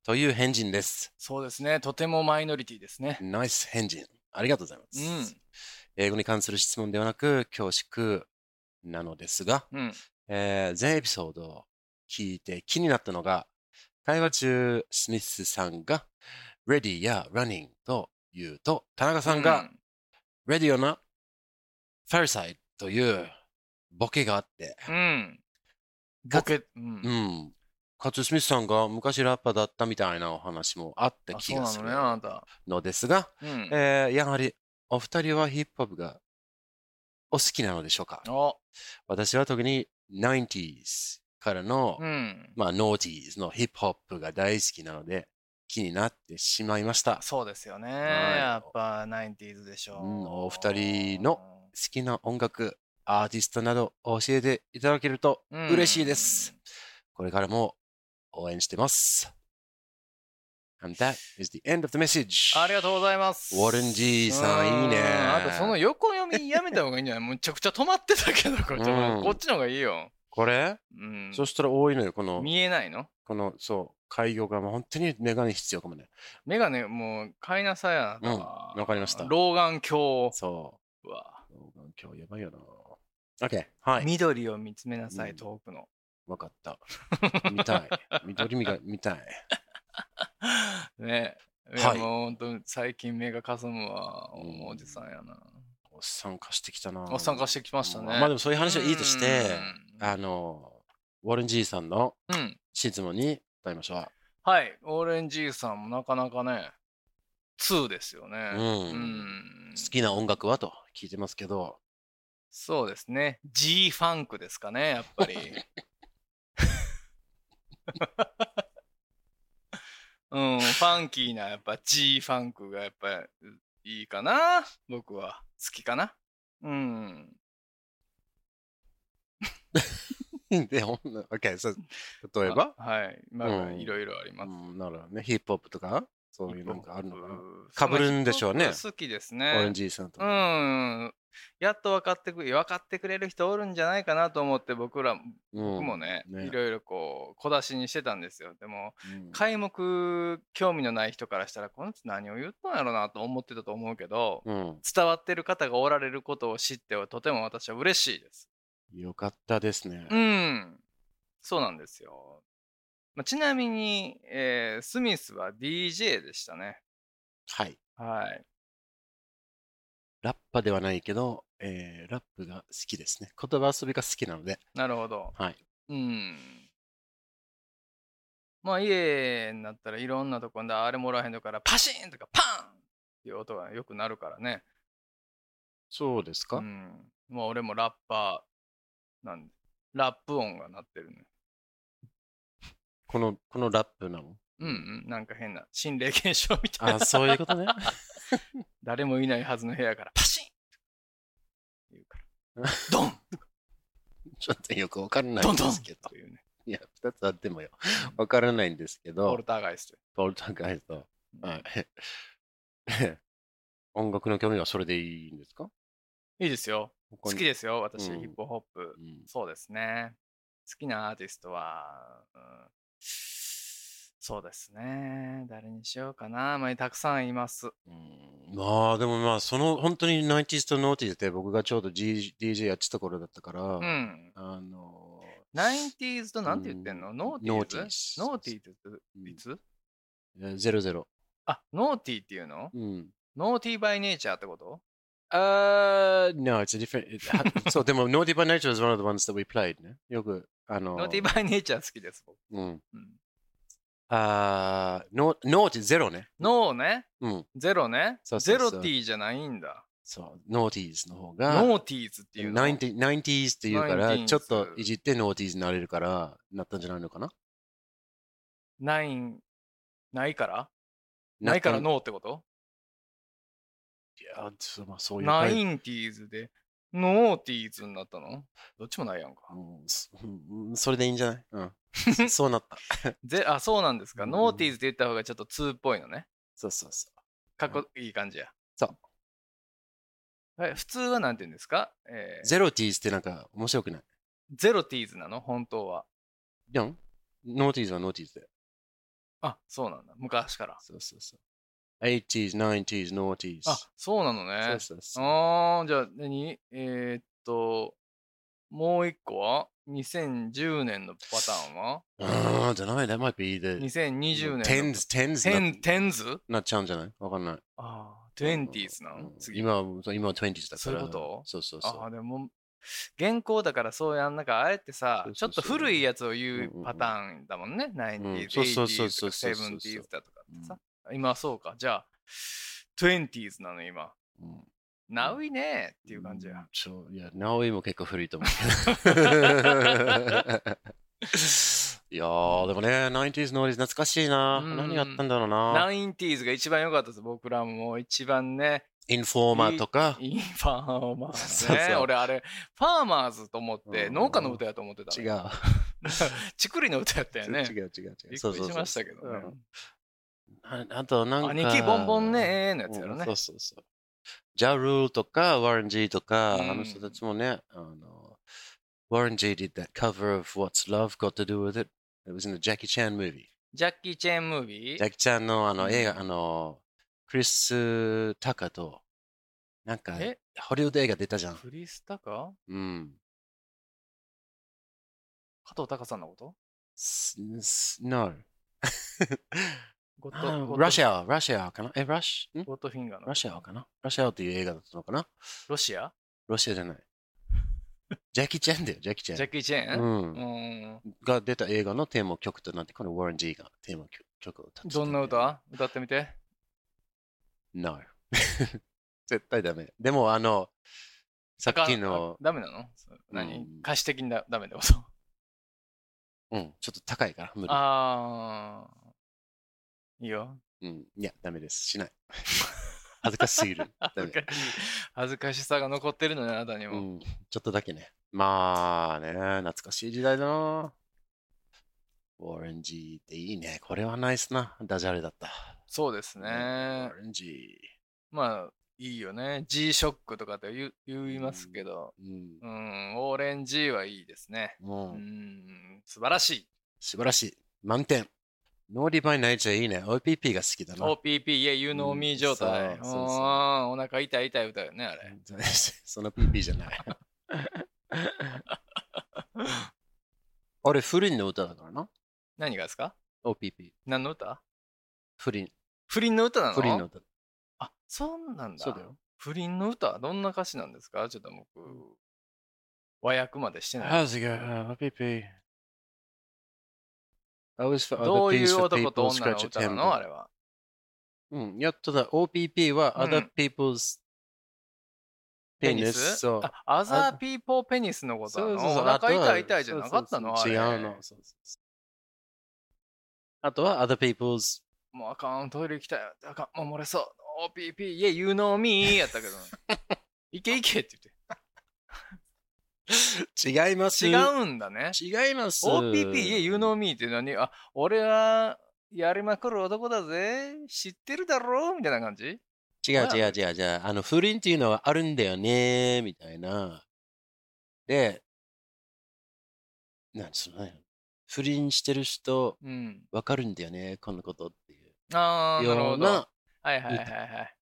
[SPEAKER 2] という変人です。
[SPEAKER 1] そうですね。とてもマイノリティですね。
[SPEAKER 2] ナイス変人。ありがとうございます。
[SPEAKER 1] う
[SPEAKER 2] 英語に関する質問ではなく、恐縮なのですが、
[SPEAKER 1] ん。うん。
[SPEAKER 2] えー全エピソードを聞いて気になったのが、会話中、スミスさんが、ready や running と言うと、田中さん
[SPEAKER 1] う
[SPEAKER 2] が、ready or not, fireside というボケがあって、
[SPEAKER 1] うん。ボケ、うん
[SPEAKER 2] うん。かつスミスさんが昔ラッパーだったみたいなお話もあった
[SPEAKER 1] あそ
[SPEAKER 2] 気
[SPEAKER 1] う
[SPEAKER 2] が
[SPEAKER 1] な
[SPEAKER 2] す
[SPEAKER 1] の
[SPEAKER 2] る
[SPEAKER 1] ね、あなた。
[SPEAKER 2] のですが、
[SPEAKER 1] うん。
[SPEAKER 2] えーやはりお二人はヒップホップがお好きなのでしょうか
[SPEAKER 1] お、
[SPEAKER 2] 私は特に 90s からの、
[SPEAKER 1] うん。
[SPEAKER 2] まあ、ノーティーズのヒップホップが大好きなので気になってしまいました。好
[SPEAKER 1] そうですよね。
[SPEAKER 2] い
[SPEAKER 1] やっぱ、ナインティーズでしょう。
[SPEAKER 2] うんお二人の。きな音楽、アーティストなど教えていただけると嬉しいです。これからも応援してます。And that is the end of the message.
[SPEAKER 1] ありがとうございます。
[SPEAKER 2] ウォレンジーさ、
[SPEAKER 1] うん
[SPEAKER 2] いいね。
[SPEAKER 1] あと、その横読みやめた方がいいんじゃ ないむちゃくちゃ止まってたけど、これ
[SPEAKER 2] うん
[SPEAKER 1] こっちの方がいいよ。
[SPEAKER 2] これ
[SPEAKER 1] うん。
[SPEAKER 2] そしたら多いのよ、この、
[SPEAKER 1] 見えないの
[SPEAKER 2] この、そう、開業が、もう本当にメガネ必要かもね。
[SPEAKER 1] メガネ、もう、買いなさいあなたは。
[SPEAKER 2] うんわかりました
[SPEAKER 1] 老眼鏡
[SPEAKER 2] そ
[SPEAKER 1] は。
[SPEAKER 2] う。今日やばいよな。OK。はい。
[SPEAKER 1] 緑を見つめなさ
[SPEAKER 2] う
[SPEAKER 1] い、
[SPEAKER 2] ん
[SPEAKER 1] 遠くの。
[SPEAKER 2] わかった。見たい。緑みが見たい。
[SPEAKER 1] ねいや
[SPEAKER 2] はい
[SPEAKER 1] もう本当に最近目がかすむわ、
[SPEAKER 2] うん
[SPEAKER 1] おじさんやな。
[SPEAKER 2] おっさん化してきたな。
[SPEAKER 1] おっさん化してきましたね。
[SPEAKER 2] まあでもそういう話はいいとして、
[SPEAKER 1] うん
[SPEAKER 2] あの、ウォレンジーさんの
[SPEAKER 1] うん。
[SPEAKER 2] 質問に答えましょう。
[SPEAKER 1] はい、オーレンジさんもなかなかね、2ですよ
[SPEAKER 2] う。
[SPEAKER 1] ね。うん
[SPEAKER 2] 好きな音楽はと聞いてますけど、
[SPEAKER 1] そうですね。G ファンクですかね、やっぱり。 うん、ファンキーな、やっぱ G ファンクがやっぱりいいかな。僕は好きかな。うん。
[SPEAKER 2] で、ほんな OK、そう例えば、
[SPEAKER 1] あはい。まあ、
[SPEAKER 2] うん
[SPEAKER 1] いろいろあり
[SPEAKER 2] う
[SPEAKER 1] ます。
[SPEAKER 2] ん、なるほどね、ヒップホップとか、そういうなんかあるのかな。
[SPEAKER 1] うん
[SPEAKER 2] かぶるんでしょうね
[SPEAKER 1] その一つ好きです
[SPEAKER 2] オレン
[SPEAKER 1] ね。
[SPEAKER 2] ジーさんと
[SPEAKER 1] う
[SPEAKER 2] か。
[SPEAKER 1] ん。やっと分かってく分かってくれる人おるんじゃないかなと思って僕ら僕も
[SPEAKER 2] も
[SPEAKER 1] ね,、
[SPEAKER 2] ね
[SPEAKER 1] いろいろこう小出しにしてたんですよでも
[SPEAKER 2] うん
[SPEAKER 1] 皆目興味のない人からしたらこの人何を言ったんやろなと思ってたと思うけど
[SPEAKER 2] うん
[SPEAKER 1] 伝わってる方がおられることを知ってはとても私は嬉しいです
[SPEAKER 2] よかったですね。
[SPEAKER 1] うん。そうなんですよ。まあ、ちなみに、えースミスは DJ でしたね。
[SPEAKER 2] はい。
[SPEAKER 1] はい。
[SPEAKER 2] ラッパではないけど、えーラップが好きですね。言葉遊びが好きなので。
[SPEAKER 1] なるほど。
[SPEAKER 2] はい。
[SPEAKER 1] うん。まあ、家になったらいろんなとこであれもらえへんとから、パシーンとかパンっていう音がよくなるからね。
[SPEAKER 2] そうですか、
[SPEAKER 1] うん。まあ、俺もラッパーなんで、ラップ音が鳴ってるね。
[SPEAKER 2] この、このラップなの
[SPEAKER 1] うんうん。なんか変な心霊現象みたいな。
[SPEAKER 2] あ、そういうこ とね。
[SPEAKER 1] 誰もいないはずの部屋からパシン言うから。 ドン
[SPEAKER 2] ちょっとよくわからな
[SPEAKER 1] ド
[SPEAKER 2] い
[SPEAKER 1] ン
[SPEAKER 2] んで
[SPEAKER 1] ドン
[SPEAKER 2] すけど
[SPEAKER 1] と。いうね。
[SPEAKER 2] いや、二つあってもよ。わからないんですけ
[SPEAKER 1] ポ
[SPEAKER 2] ど
[SPEAKER 1] ル、ターガイスト。
[SPEAKER 2] ポルターガイスト。はい。 音楽の興味はそれでいいんですか
[SPEAKER 1] いいですよ。好き
[SPEAKER 2] で。
[SPEAKER 1] ですよ、私、
[SPEAKER 2] うん
[SPEAKER 1] ヒップホップ
[SPEAKER 2] う。ん
[SPEAKER 1] そうですね。好きなアーティストは、うんそうですね。誰にしようかな。まあ、たくさんいます。
[SPEAKER 2] うんまあでもまあその本当にナイティスとノーティスって僕がちょうど、G、DJ やってた頃だったから、
[SPEAKER 1] うん。
[SPEAKER 2] あの
[SPEAKER 1] ナインティーズとなんて言ってんの、
[SPEAKER 2] うん
[SPEAKER 1] ノーティーズ
[SPEAKER 2] ノーティ
[SPEAKER 1] ノーティー
[SPEAKER 2] ーズ
[SPEAKER 1] ズっていつ、
[SPEAKER 2] ー、ゼロゼロ。
[SPEAKER 1] あ、ノーティーっていうの
[SPEAKER 2] うん。
[SPEAKER 1] ノーティーバイネイチャーってこと
[SPEAKER 2] あ no, it's a different. It had, そう、でも Naughty by Nature is one of the ones that we played ね。よく、あの
[SPEAKER 1] ノーティーバイネイチャー好きです、僕。
[SPEAKER 2] うん。
[SPEAKER 1] うん
[SPEAKER 2] あー、ノーティゼロね。
[SPEAKER 1] ノーね。
[SPEAKER 2] うん。
[SPEAKER 1] ゼロね。
[SPEAKER 2] そうそうそう
[SPEAKER 1] ゼロティーじゃないんだ。
[SPEAKER 2] そう、ノーティーズの方が。
[SPEAKER 1] ノーティーズっていうの。
[SPEAKER 2] 90 90s っていうから、
[SPEAKER 1] 90s
[SPEAKER 2] ちょっといじって 90s になれるから、なったんじゃないのかな
[SPEAKER 1] ナイン、ないからないから
[SPEAKER 2] の
[SPEAKER 1] ノーってこと
[SPEAKER 2] いや、そうまあ、そういう
[SPEAKER 1] ナ
[SPEAKER 2] 回
[SPEAKER 1] インティーズで、ノーティーズになったのどっちもないやんか。
[SPEAKER 2] うんそ うんそれでいいんじゃないうん。 そそうなった。
[SPEAKER 1] ぜあ、そうなんですか。
[SPEAKER 2] うん
[SPEAKER 1] ノーティーズって言った方がちょっと2っぽいのね。
[SPEAKER 2] そうそうそ
[SPEAKER 1] かっこいい感じや。
[SPEAKER 2] そう
[SPEAKER 1] え。普通はなんて言うんですか、え
[SPEAKER 2] う。
[SPEAKER 1] ー
[SPEAKER 2] ゼロティーズってなんか面白くない
[SPEAKER 1] ゼロティーズなの本当は。
[SPEAKER 2] でも、ノーティーズはノーティーズで。
[SPEAKER 1] あ、そうなんだ。昔から。
[SPEAKER 2] そうそうそう。80s、90s、ノーティーズ。
[SPEAKER 1] あ、そうなの
[SPEAKER 2] そ
[SPEAKER 1] ね
[SPEAKER 2] う。そうそう。
[SPEAKER 1] あーじゃあ何えーっと、もう一個は ?2010 年のパターンは
[SPEAKER 2] ああ、じゃない That might be the
[SPEAKER 1] 2020年の。
[SPEAKER 2] 10s、10s
[SPEAKER 1] テ
[SPEAKER 2] な
[SPEAKER 1] ン、テンズ
[SPEAKER 2] なっちゃうんじゃないわかんない。
[SPEAKER 1] ああ、20s なの
[SPEAKER 2] うん
[SPEAKER 1] 次。
[SPEAKER 2] 今は、そう今は 20s だから。
[SPEAKER 1] そういうこと
[SPEAKER 2] そうそうそう。
[SPEAKER 1] ああ、でも、現行だからそうやん、なんかあえてさ
[SPEAKER 2] そう、
[SPEAKER 1] ち
[SPEAKER 2] そ
[SPEAKER 1] ょ
[SPEAKER 2] う
[SPEAKER 1] っ
[SPEAKER 2] そ
[SPEAKER 1] と
[SPEAKER 2] う
[SPEAKER 1] 古いやつを言
[SPEAKER 2] んうんう
[SPEAKER 1] うんパターンだもんね。90s、
[SPEAKER 2] そうそうそうそう
[SPEAKER 1] 80s
[SPEAKER 2] そう
[SPEAKER 1] とか
[SPEAKER 2] そう
[SPEAKER 1] 70s だとかってさ。今はそうか。じゃあ、20s なの今。
[SPEAKER 2] うん
[SPEAKER 1] ナウイねーっていう感じ
[SPEAKER 2] うん
[SPEAKER 1] や。
[SPEAKER 2] そういや、ナオイも結構古い と思うけど。いやー、でもね、90s、ノーリーズ懐かしいな。
[SPEAKER 1] うん
[SPEAKER 2] 何やったんだろうな。
[SPEAKER 1] 90s が一番良かったです。僕らももう一番 ね、
[SPEAKER 2] インフォーマーとか。
[SPEAKER 1] インファーマーズ
[SPEAKER 2] そう
[SPEAKER 1] ね。
[SPEAKER 2] そう
[SPEAKER 1] 俺あれ、ファーマーズと思って、
[SPEAKER 2] うん
[SPEAKER 1] 農家の歌やと思ってた
[SPEAKER 2] 違
[SPEAKER 1] の。
[SPEAKER 2] う。
[SPEAKER 1] ちくりの歌や ったよね。
[SPEAKER 2] 違う違う違
[SPEAKER 1] び
[SPEAKER 2] う。
[SPEAKER 1] っくりしましたけどね。
[SPEAKER 2] ああと、なんか。
[SPEAKER 1] 兄貴ボンボンねーのやつやろ
[SPEAKER 2] うん
[SPEAKER 1] ね
[SPEAKER 2] そう。そうそう。ジャルールとか、ワレン・ジーとか、
[SPEAKER 1] うん
[SPEAKER 2] あの人たちもね、あの、ワレン・ジー did that cover of What's Love Got to Do with It. It was in the Jackie Chan movie.
[SPEAKER 1] ジャッキー・チェーン・ムービ
[SPEAKER 2] ジャ
[SPEAKER 1] ー
[SPEAKER 2] ッキちゃんのあ
[SPEAKER 1] う
[SPEAKER 2] の
[SPEAKER 1] ん
[SPEAKER 2] 映画、あの、クリス・タカと、なんか、
[SPEAKER 1] え
[SPEAKER 2] ホリウッド映画出たじゃん。
[SPEAKER 1] クリスタカ
[SPEAKER 2] うん。
[SPEAKER 1] 加藤隆さんのこと
[SPEAKER 2] スス no.
[SPEAKER 1] ゴッドゴッド
[SPEAKER 2] ラシア、ラシアかなえ、ラシ、ん
[SPEAKER 1] ゴッドフィンガーの。
[SPEAKER 2] ラシアかなラシアっていう映画だったのかな
[SPEAKER 1] ロシア
[SPEAKER 2] ロシ アじゃない。ジャッキーちゃんだよ、ジャッキーちゃん。
[SPEAKER 1] ジャッキー・チェー
[SPEAKER 2] う
[SPEAKER 1] ン
[SPEAKER 2] ん
[SPEAKER 1] う。ーん。
[SPEAKER 2] が出た映画のテーマ曲となって、このワレン・ジーがテーマ曲曲を歌ってた
[SPEAKER 1] どんな歌歌ってみて。
[SPEAKER 2] ?No. 絶対ダメ。でも、あの、さっきの
[SPEAKER 1] あ、ダメなの何、
[SPEAKER 2] うん
[SPEAKER 1] 歌詞的にダダメってこと
[SPEAKER 2] うん、ちょっと高いから、無理。
[SPEAKER 1] あー。いいよ。
[SPEAKER 2] うん、いや、ダメです。し ない。恥ずかしすぎる。ダ
[SPEAKER 1] 恥
[SPEAKER 2] メ
[SPEAKER 1] ず。かしい恥ずかしさが残ってるのね、あなたに
[SPEAKER 2] う
[SPEAKER 1] も。
[SPEAKER 2] ん、ちょっとだけね。まあね、懐かしい時代だな。オレンジっていいね。これはナイスな。ダジャレだった。
[SPEAKER 1] そうですね
[SPEAKER 2] オ。レンジ。
[SPEAKER 1] まあ、いいよね。G ショックとかって言う言いますけど、
[SPEAKER 2] うん
[SPEAKER 1] うん、オーレンジはいいですね。
[SPEAKER 2] も
[SPEAKER 1] う
[SPEAKER 2] う、
[SPEAKER 1] ん、素晴らしい。
[SPEAKER 2] 素晴らしい。満点。ノーリバイナイチャーいいね。OPP が好きだな。
[SPEAKER 1] OPP、いや、You know
[SPEAKER 2] う
[SPEAKER 1] me
[SPEAKER 2] ん
[SPEAKER 1] 状態。
[SPEAKER 2] そううそうそうん
[SPEAKER 1] お腹痛い痛い歌うよね、あれ。
[SPEAKER 2] その PP じ ゃない。あれ、フリンの歌だからな。
[SPEAKER 1] 何がですか
[SPEAKER 2] OPP。
[SPEAKER 1] 何の歌
[SPEAKER 2] フリン。
[SPEAKER 1] 不倫の歌なの
[SPEAKER 2] フリンの歌。
[SPEAKER 1] あ、そうなんだ。
[SPEAKER 2] そうだよ。
[SPEAKER 1] 不倫の歌どんな歌詞なんですかちょっと僕、和訳までしてない。
[SPEAKER 2] How's it going? OPP. I was for
[SPEAKER 1] どう
[SPEAKER 2] other
[SPEAKER 1] い
[SPEAKER 2] things
[SPEAKER 1] う
[SPEAKER 2] for
[SPEAKER 1] 男と
[SPEAKER 2] people
[SPEAKER 1] 女の
[SPEAKER 2] scratch
[SPEAKER 1] 歌なのあ
[SPEAKER 2] a
[SPEAKER 1] れは。
[SPEAKER 2] うん、やっとだ。OPP は
[SPEAKER 1] うん
[SPEAKER 2] other people's
[SPEAKER 1] ペニ
[SPEAKER 2] penis.
[SPEAKER 1] ス
[SPEAKER 2] そう。
[SPEAKER 1] あ、アザーピーポーペニスのことなのお
[SPEAKER 2] あとは
[SPEAKER 1] 腹痛い痛いじゃなかったの
[SPEAKER 2] そうそうそう
[SPEAKER 1] あれ
[SPEAKER 2] 違うの。そうそうそうあとは other people's
[SPEAKER 1] もうあかん、トイレ行きたい。あかん、もう漏れそう。OPP、いや、You know me や ったけど。いけいけって
[SPEAKER 2] 違います。
[SPEAKER 1] 言って。違うんだね。
[SPEAKER 2] 違います。
[SPEAKER 1] OPP、いや、You know me って何あ、俺はやりまくる男だぜ。知ってるだろうみたいな感じ
[SPEAKER 2] 違う違う違う違う。あの、不倫っていうのはあるんだよね、みたいな。で、なんつうのね不倫してる人、
[SPEAKER 1] うん。
[SPEAKER 2] わかるんだよね、このことっていう。
[SPEAKER 1] ああ、なる
[SPEAKER 2] よ
[SPEAKER 1] ほ
[SPEAKER 2] う
[SPEAKER 1] ど。は
[SPEAKER 2] な、
[SPEAKER 1] いはいはいはい。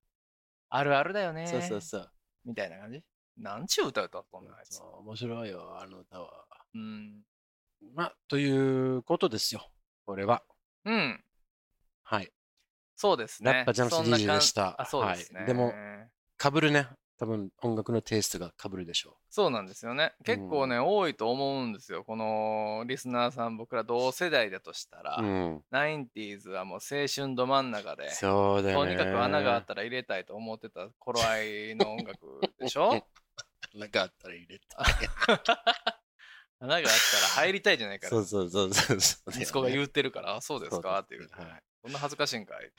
[SPEAKER 1] あるあるだよね。
[SPEAKER 2] そうそうそう。
[SPEAKER 1] みたいな感じなんちゅう歌歌ったんだ、あいつ。
[SPEAKER 2] そう面白いよ、あの歌は。
[SPEAKER 1] うん。
[SPEAKER 2] まあ、ということですよ、これは。
[SPEAKER 1] うん。
[SPEAKER 2] はい。
[SPEAKER 1] そうですね。
[SPEAKER 2] ラッパジャムス
[SPEAKER 1] そんな
[SPEAKER 2] DJ
[SPEAKER 1] 感
[SPEAKER 2] で
[SPEAKER 1] じ
[SPEAKER 2] した
[SPEAKER 1] あ、そうですね。
[SPEAKER 2] はいでもかぶるね。多分、音楽のテイストがかぶるでしょ
[SPEAKER 1] そうなんですよね。結構ね、多いと思うんですよ。このリスナーさん、僕ら同世代だとしたら、
[SPEAKER 2] う。うん。
[SPEAKER 1] 90s はもう青春ど真ん中で、
[SPEAKER 2] そうだよ
[SPEAKER 1] と
[SPEAKER 2] ね。
[SPEAKER 1] にかく穴があったら入れたいと思ってた頃合いの音楽でし ょ
[SPEAKER 2] 穴があったら入れた。
[SPEAKER 1] 穴があったら入りたいじゃないか
[SPEAKER 2] そ
[SPEAKER 1] ら
[SPEAKER 2] う。そうそうそうそう。
[SPEAKER 1] 息子が
[SPEAKER 2] う
[SPEAKER 1] 言ってるから、あそうですかっていう。
[SPEAKER 2] はい。
[SPEAKER 1] そんな恥ずかしいんかい。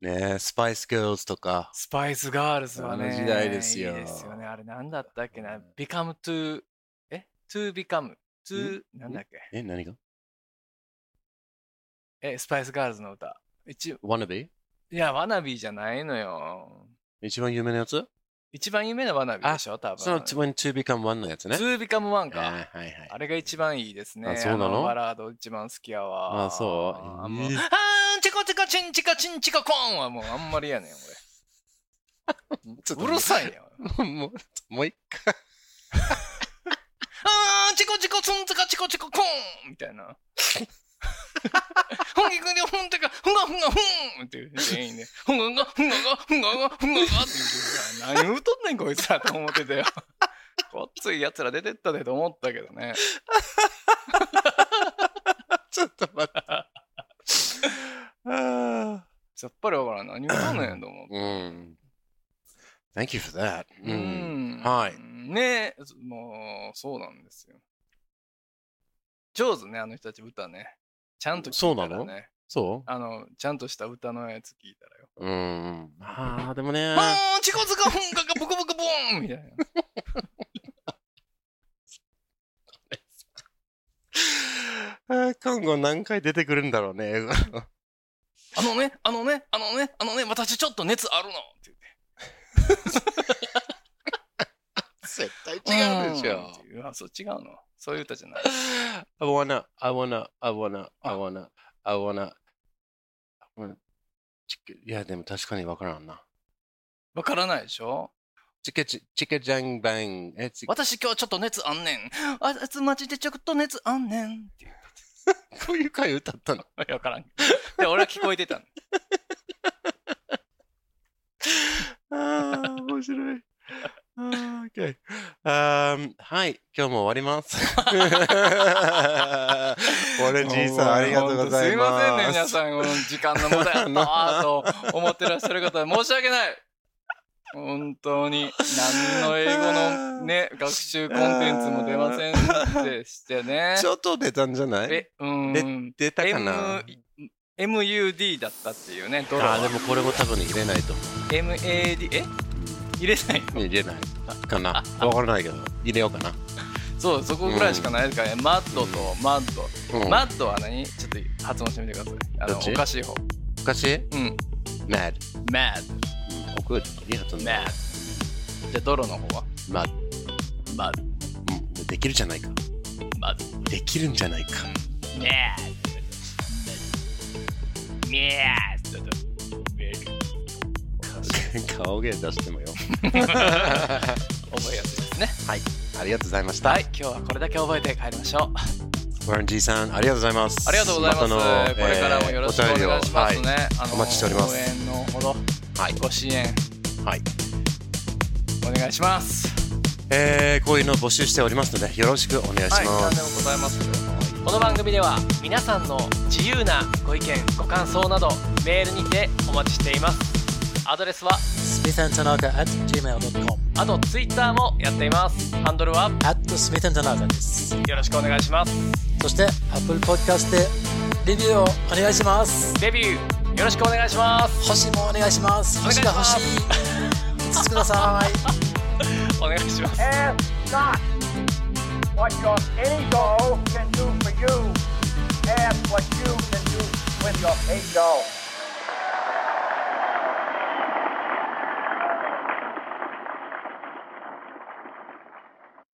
[SPEAKER 2] ねえ、スパイス・ギルズとか、
[SPEAKER 1] スパイスガールズはね、
[SPEAKER 2] あの時代ですよ
[SPEAKER 1] いいですよね。あれなんだったっけな ?become to, え ?to become, to, なんだっけ
[SPEAKER 2] え、何が
[SPEAKER 1] え、スパイスガールズの歌。一
[SPEAKER 2] ?Wannabe?
[SPEAKER 1] いや、ワナビーじゃないのよ。
[SPEAKER 2] 一番有名なやつ
[SPEAKER 1] 一番有名なワナビーでしょ、多分。
[SPEAKER 2] その When to Become One のやつね。
[SPEAKER 1] 2 Become One
[SPEAKER 2] あ
[SPEAKER 1] か。
[SPEAKER 2] ーはいはい。
[SPEAKER 1] あれが一番いいですね。
[SPEAKER 2] あそうなの
[SPEAKER 1] のバラード一番好きやわ。
[SPEAKER 2] あそう
[SPEAKER 1] あもう、あ
[SPEAKER 2] えー
[SPEAKER 1] ー、チコチコチンチカチンチカコーンはもうあんまりやねん、
[SPEAKER 2] ちょっと
[SPEAKER 1] 俺。うるさいねん。俺
[SPEAKER 2] もう、もう一回。
[SPEAKER 1] あー、チコチコツンツカチコチココーンみたいな。 ふんぎくにふんてか、ふがふがふんって言う全員で、ふがが、ふがが、ふがが、ふががって言うてさ何言うとんねんこいつらと思ってたよ。 こっついやつら出てったでと思ったけどね。
[SPEAKER 2] ちょっと待って。あー
[SPEAKER 1] さっぱりわからん。何言うとんねんと思って。
[SPEAKER 2] うん。Thank you for that. う。
[SPEAKER 1] うんん
[SPEAKER 2] はい
[SPEAKER 1] ねえ、もう、そうなんですよ。上手ね、あの人たち歌ね。ちゃんと聞いたら
[SPEAKER 2] そうな
[SPEAKER 1] ね。
[SPEAKER 2] そ
[SPEAKER 1] あの、ちゃんとした歌のやつ聞いたらよ。
[SPEAKER 2] ううん。ああ、でもね。
[SPEAKER 1] あーチコズカフンカカブクブクボーンみたいな。
[SPEAKER 2] あー今後何回出てくるんだろうね。
[SPEAKER 1] あのね、あのね、あのね、あのね、私ちょっと熱あるのって
[SPEAKER 2] 絶対
[SPEAKER 1] 言って。
[SPEAKER 2] 違うでしょ。
[SPEAKER 1] うん。あ、そう違うの。そういう歌じゃない。
[SPEAKER 2] I wanna, I wanna, I wanna, I wanna, I wanna. I wanna- チケいや、でも確かにわからんな。
[SPEAKER 1] わからないでしょ
[SPEAKER 2] チケチ、チケジャンバン、え、 チケ、
[SPEAKER 1] 私今日ちょっと熱あんねん。あいつマジでちょっと熱あんねんっていう
[SPEAKER 2] こういう回歌ったの。
[SPEAKER 1] わからん。で、俺は聞こえてたの。
[SPEAKER 2] ああ、面白い。あー OK あーはい、今日も終わります。 オレンジさん、ありがとうございます。
[SPEAKER 1] ほんとすいませんね、皆さん。この時間の無駄やったなと思ってらっしゃる方、申し訳ない。本当に、何の英語のね、学習コンテンツも出ませんでしてね。
[SPEAKER 2] ちょっと出たんじゃない
[SPEAKER 1] え、うん。
[SPEAKER 2] 出たかな
[SPEAKER 1] M、MUD だったっていうね、ドラ
[SPEAKER 2] あ
[SPEAKER 1] マ
[SPEAKER 2] ー、でもこれも多分入れないと思
[SPEAKER 1] MAD、え入れないの
[SPEAKER 2] う。入れない かな。わからないけど、入れようかな。
[SPEAKER 1] そう、そこぐらいしかないからね、マッドとマッド。
[SPEAKER 2] うん
[SPEAKER 1] マッドは何ちょっと発音してみてください。あの、
[SPEAKER 2] どっち
[SPEAKER 1] おかしい方。
[SPEAKER 2] 昔
[SPEAKER 1] うん。
[SPEAKER 2] mad.
[SPEAKER 1] mad,
[SPEAKER 2] うん Oh, good. ありがとうね。
[SPEAKER 1] mad. じゃあ、泥の方は
[SPEAKER 2] mad.
[SPEAKER 1] mud,
[SPEAKER 2] うんできるじゃないか。
[SPEAKER 1] mud,
[SPEAKER 2] できるんじゃないか。
[SPEAKER 1] mad, mad. ちょっと
[SPEAKER 2] 顔芸出してもよ。
[SPEAKER 1] 覚えやすいですね。
[SPEAKER 2] はい。ありがとうございました。
[SPEAKER 1] はい、今日はこれだけ覚えて帰りましょう。
[SPEAKER 2] ワレン G さん、ありがとうございます。
[SPEAKER 1] ありがとうございます。
[SPEAKER 2] たの
[SPEAKER 1] これからもよろしくお
[SPEAKER 2] え
[SPEAKER 1] 願
[SPEAKER 2] ー
[SPEAKER 1] いしま
[SPEAKER 2] お
[SPEAKER 1] す
[SPEAKER 2] 便りを
[SPEAKER 1] ね
[SPEAKER 2] は。
[SPEAKER 1] あの
[SPEAKER 2] お待ちしております
[SPEAKER 1] 応援のほど
[SPEAKER 2] はい
[SPEAKER 1] ご支援
[SPEAKER 2] い。はい。
[SPEAKER 1] お願いします。
[SPEAKER 2] えー、こういうのを募集しておりますので、よろしくお願いしま。
[SPEAKER 1] 何ですもございますこの番組では皆さんの自由なご意見ご感想などメールにてお待ちしていますアドレスは
[SPEAKER 5] smithandtanaka at gmail.com
[SPEAKER 1] あとツイッターもやっていますハンドルは
[SPEAKER 5] at smithandtanaka です
[SPEAKER 1] よろしくお願いします
[SPEAKER 5] そして Apple Podcast でレビューをお願いします
[SPEAKER 1] デビューよろしくお願いします
[SPEAKER 5] 星もお願いします
[SPEAKER 1] お願い
[SPEAKER 5] 星
[SPEAKER 1] し
[SPEAKER 5] が
[SPEAKER 1] ま
[SPEAKER 5] 欲
[SPEAKER 1] す
[SPEAKER 5] しい5つく ださい
[SPEAKER 1] お願いします
[SPEAKER 6] Ask not what your ego can do for you. Ask what you can do with your ego.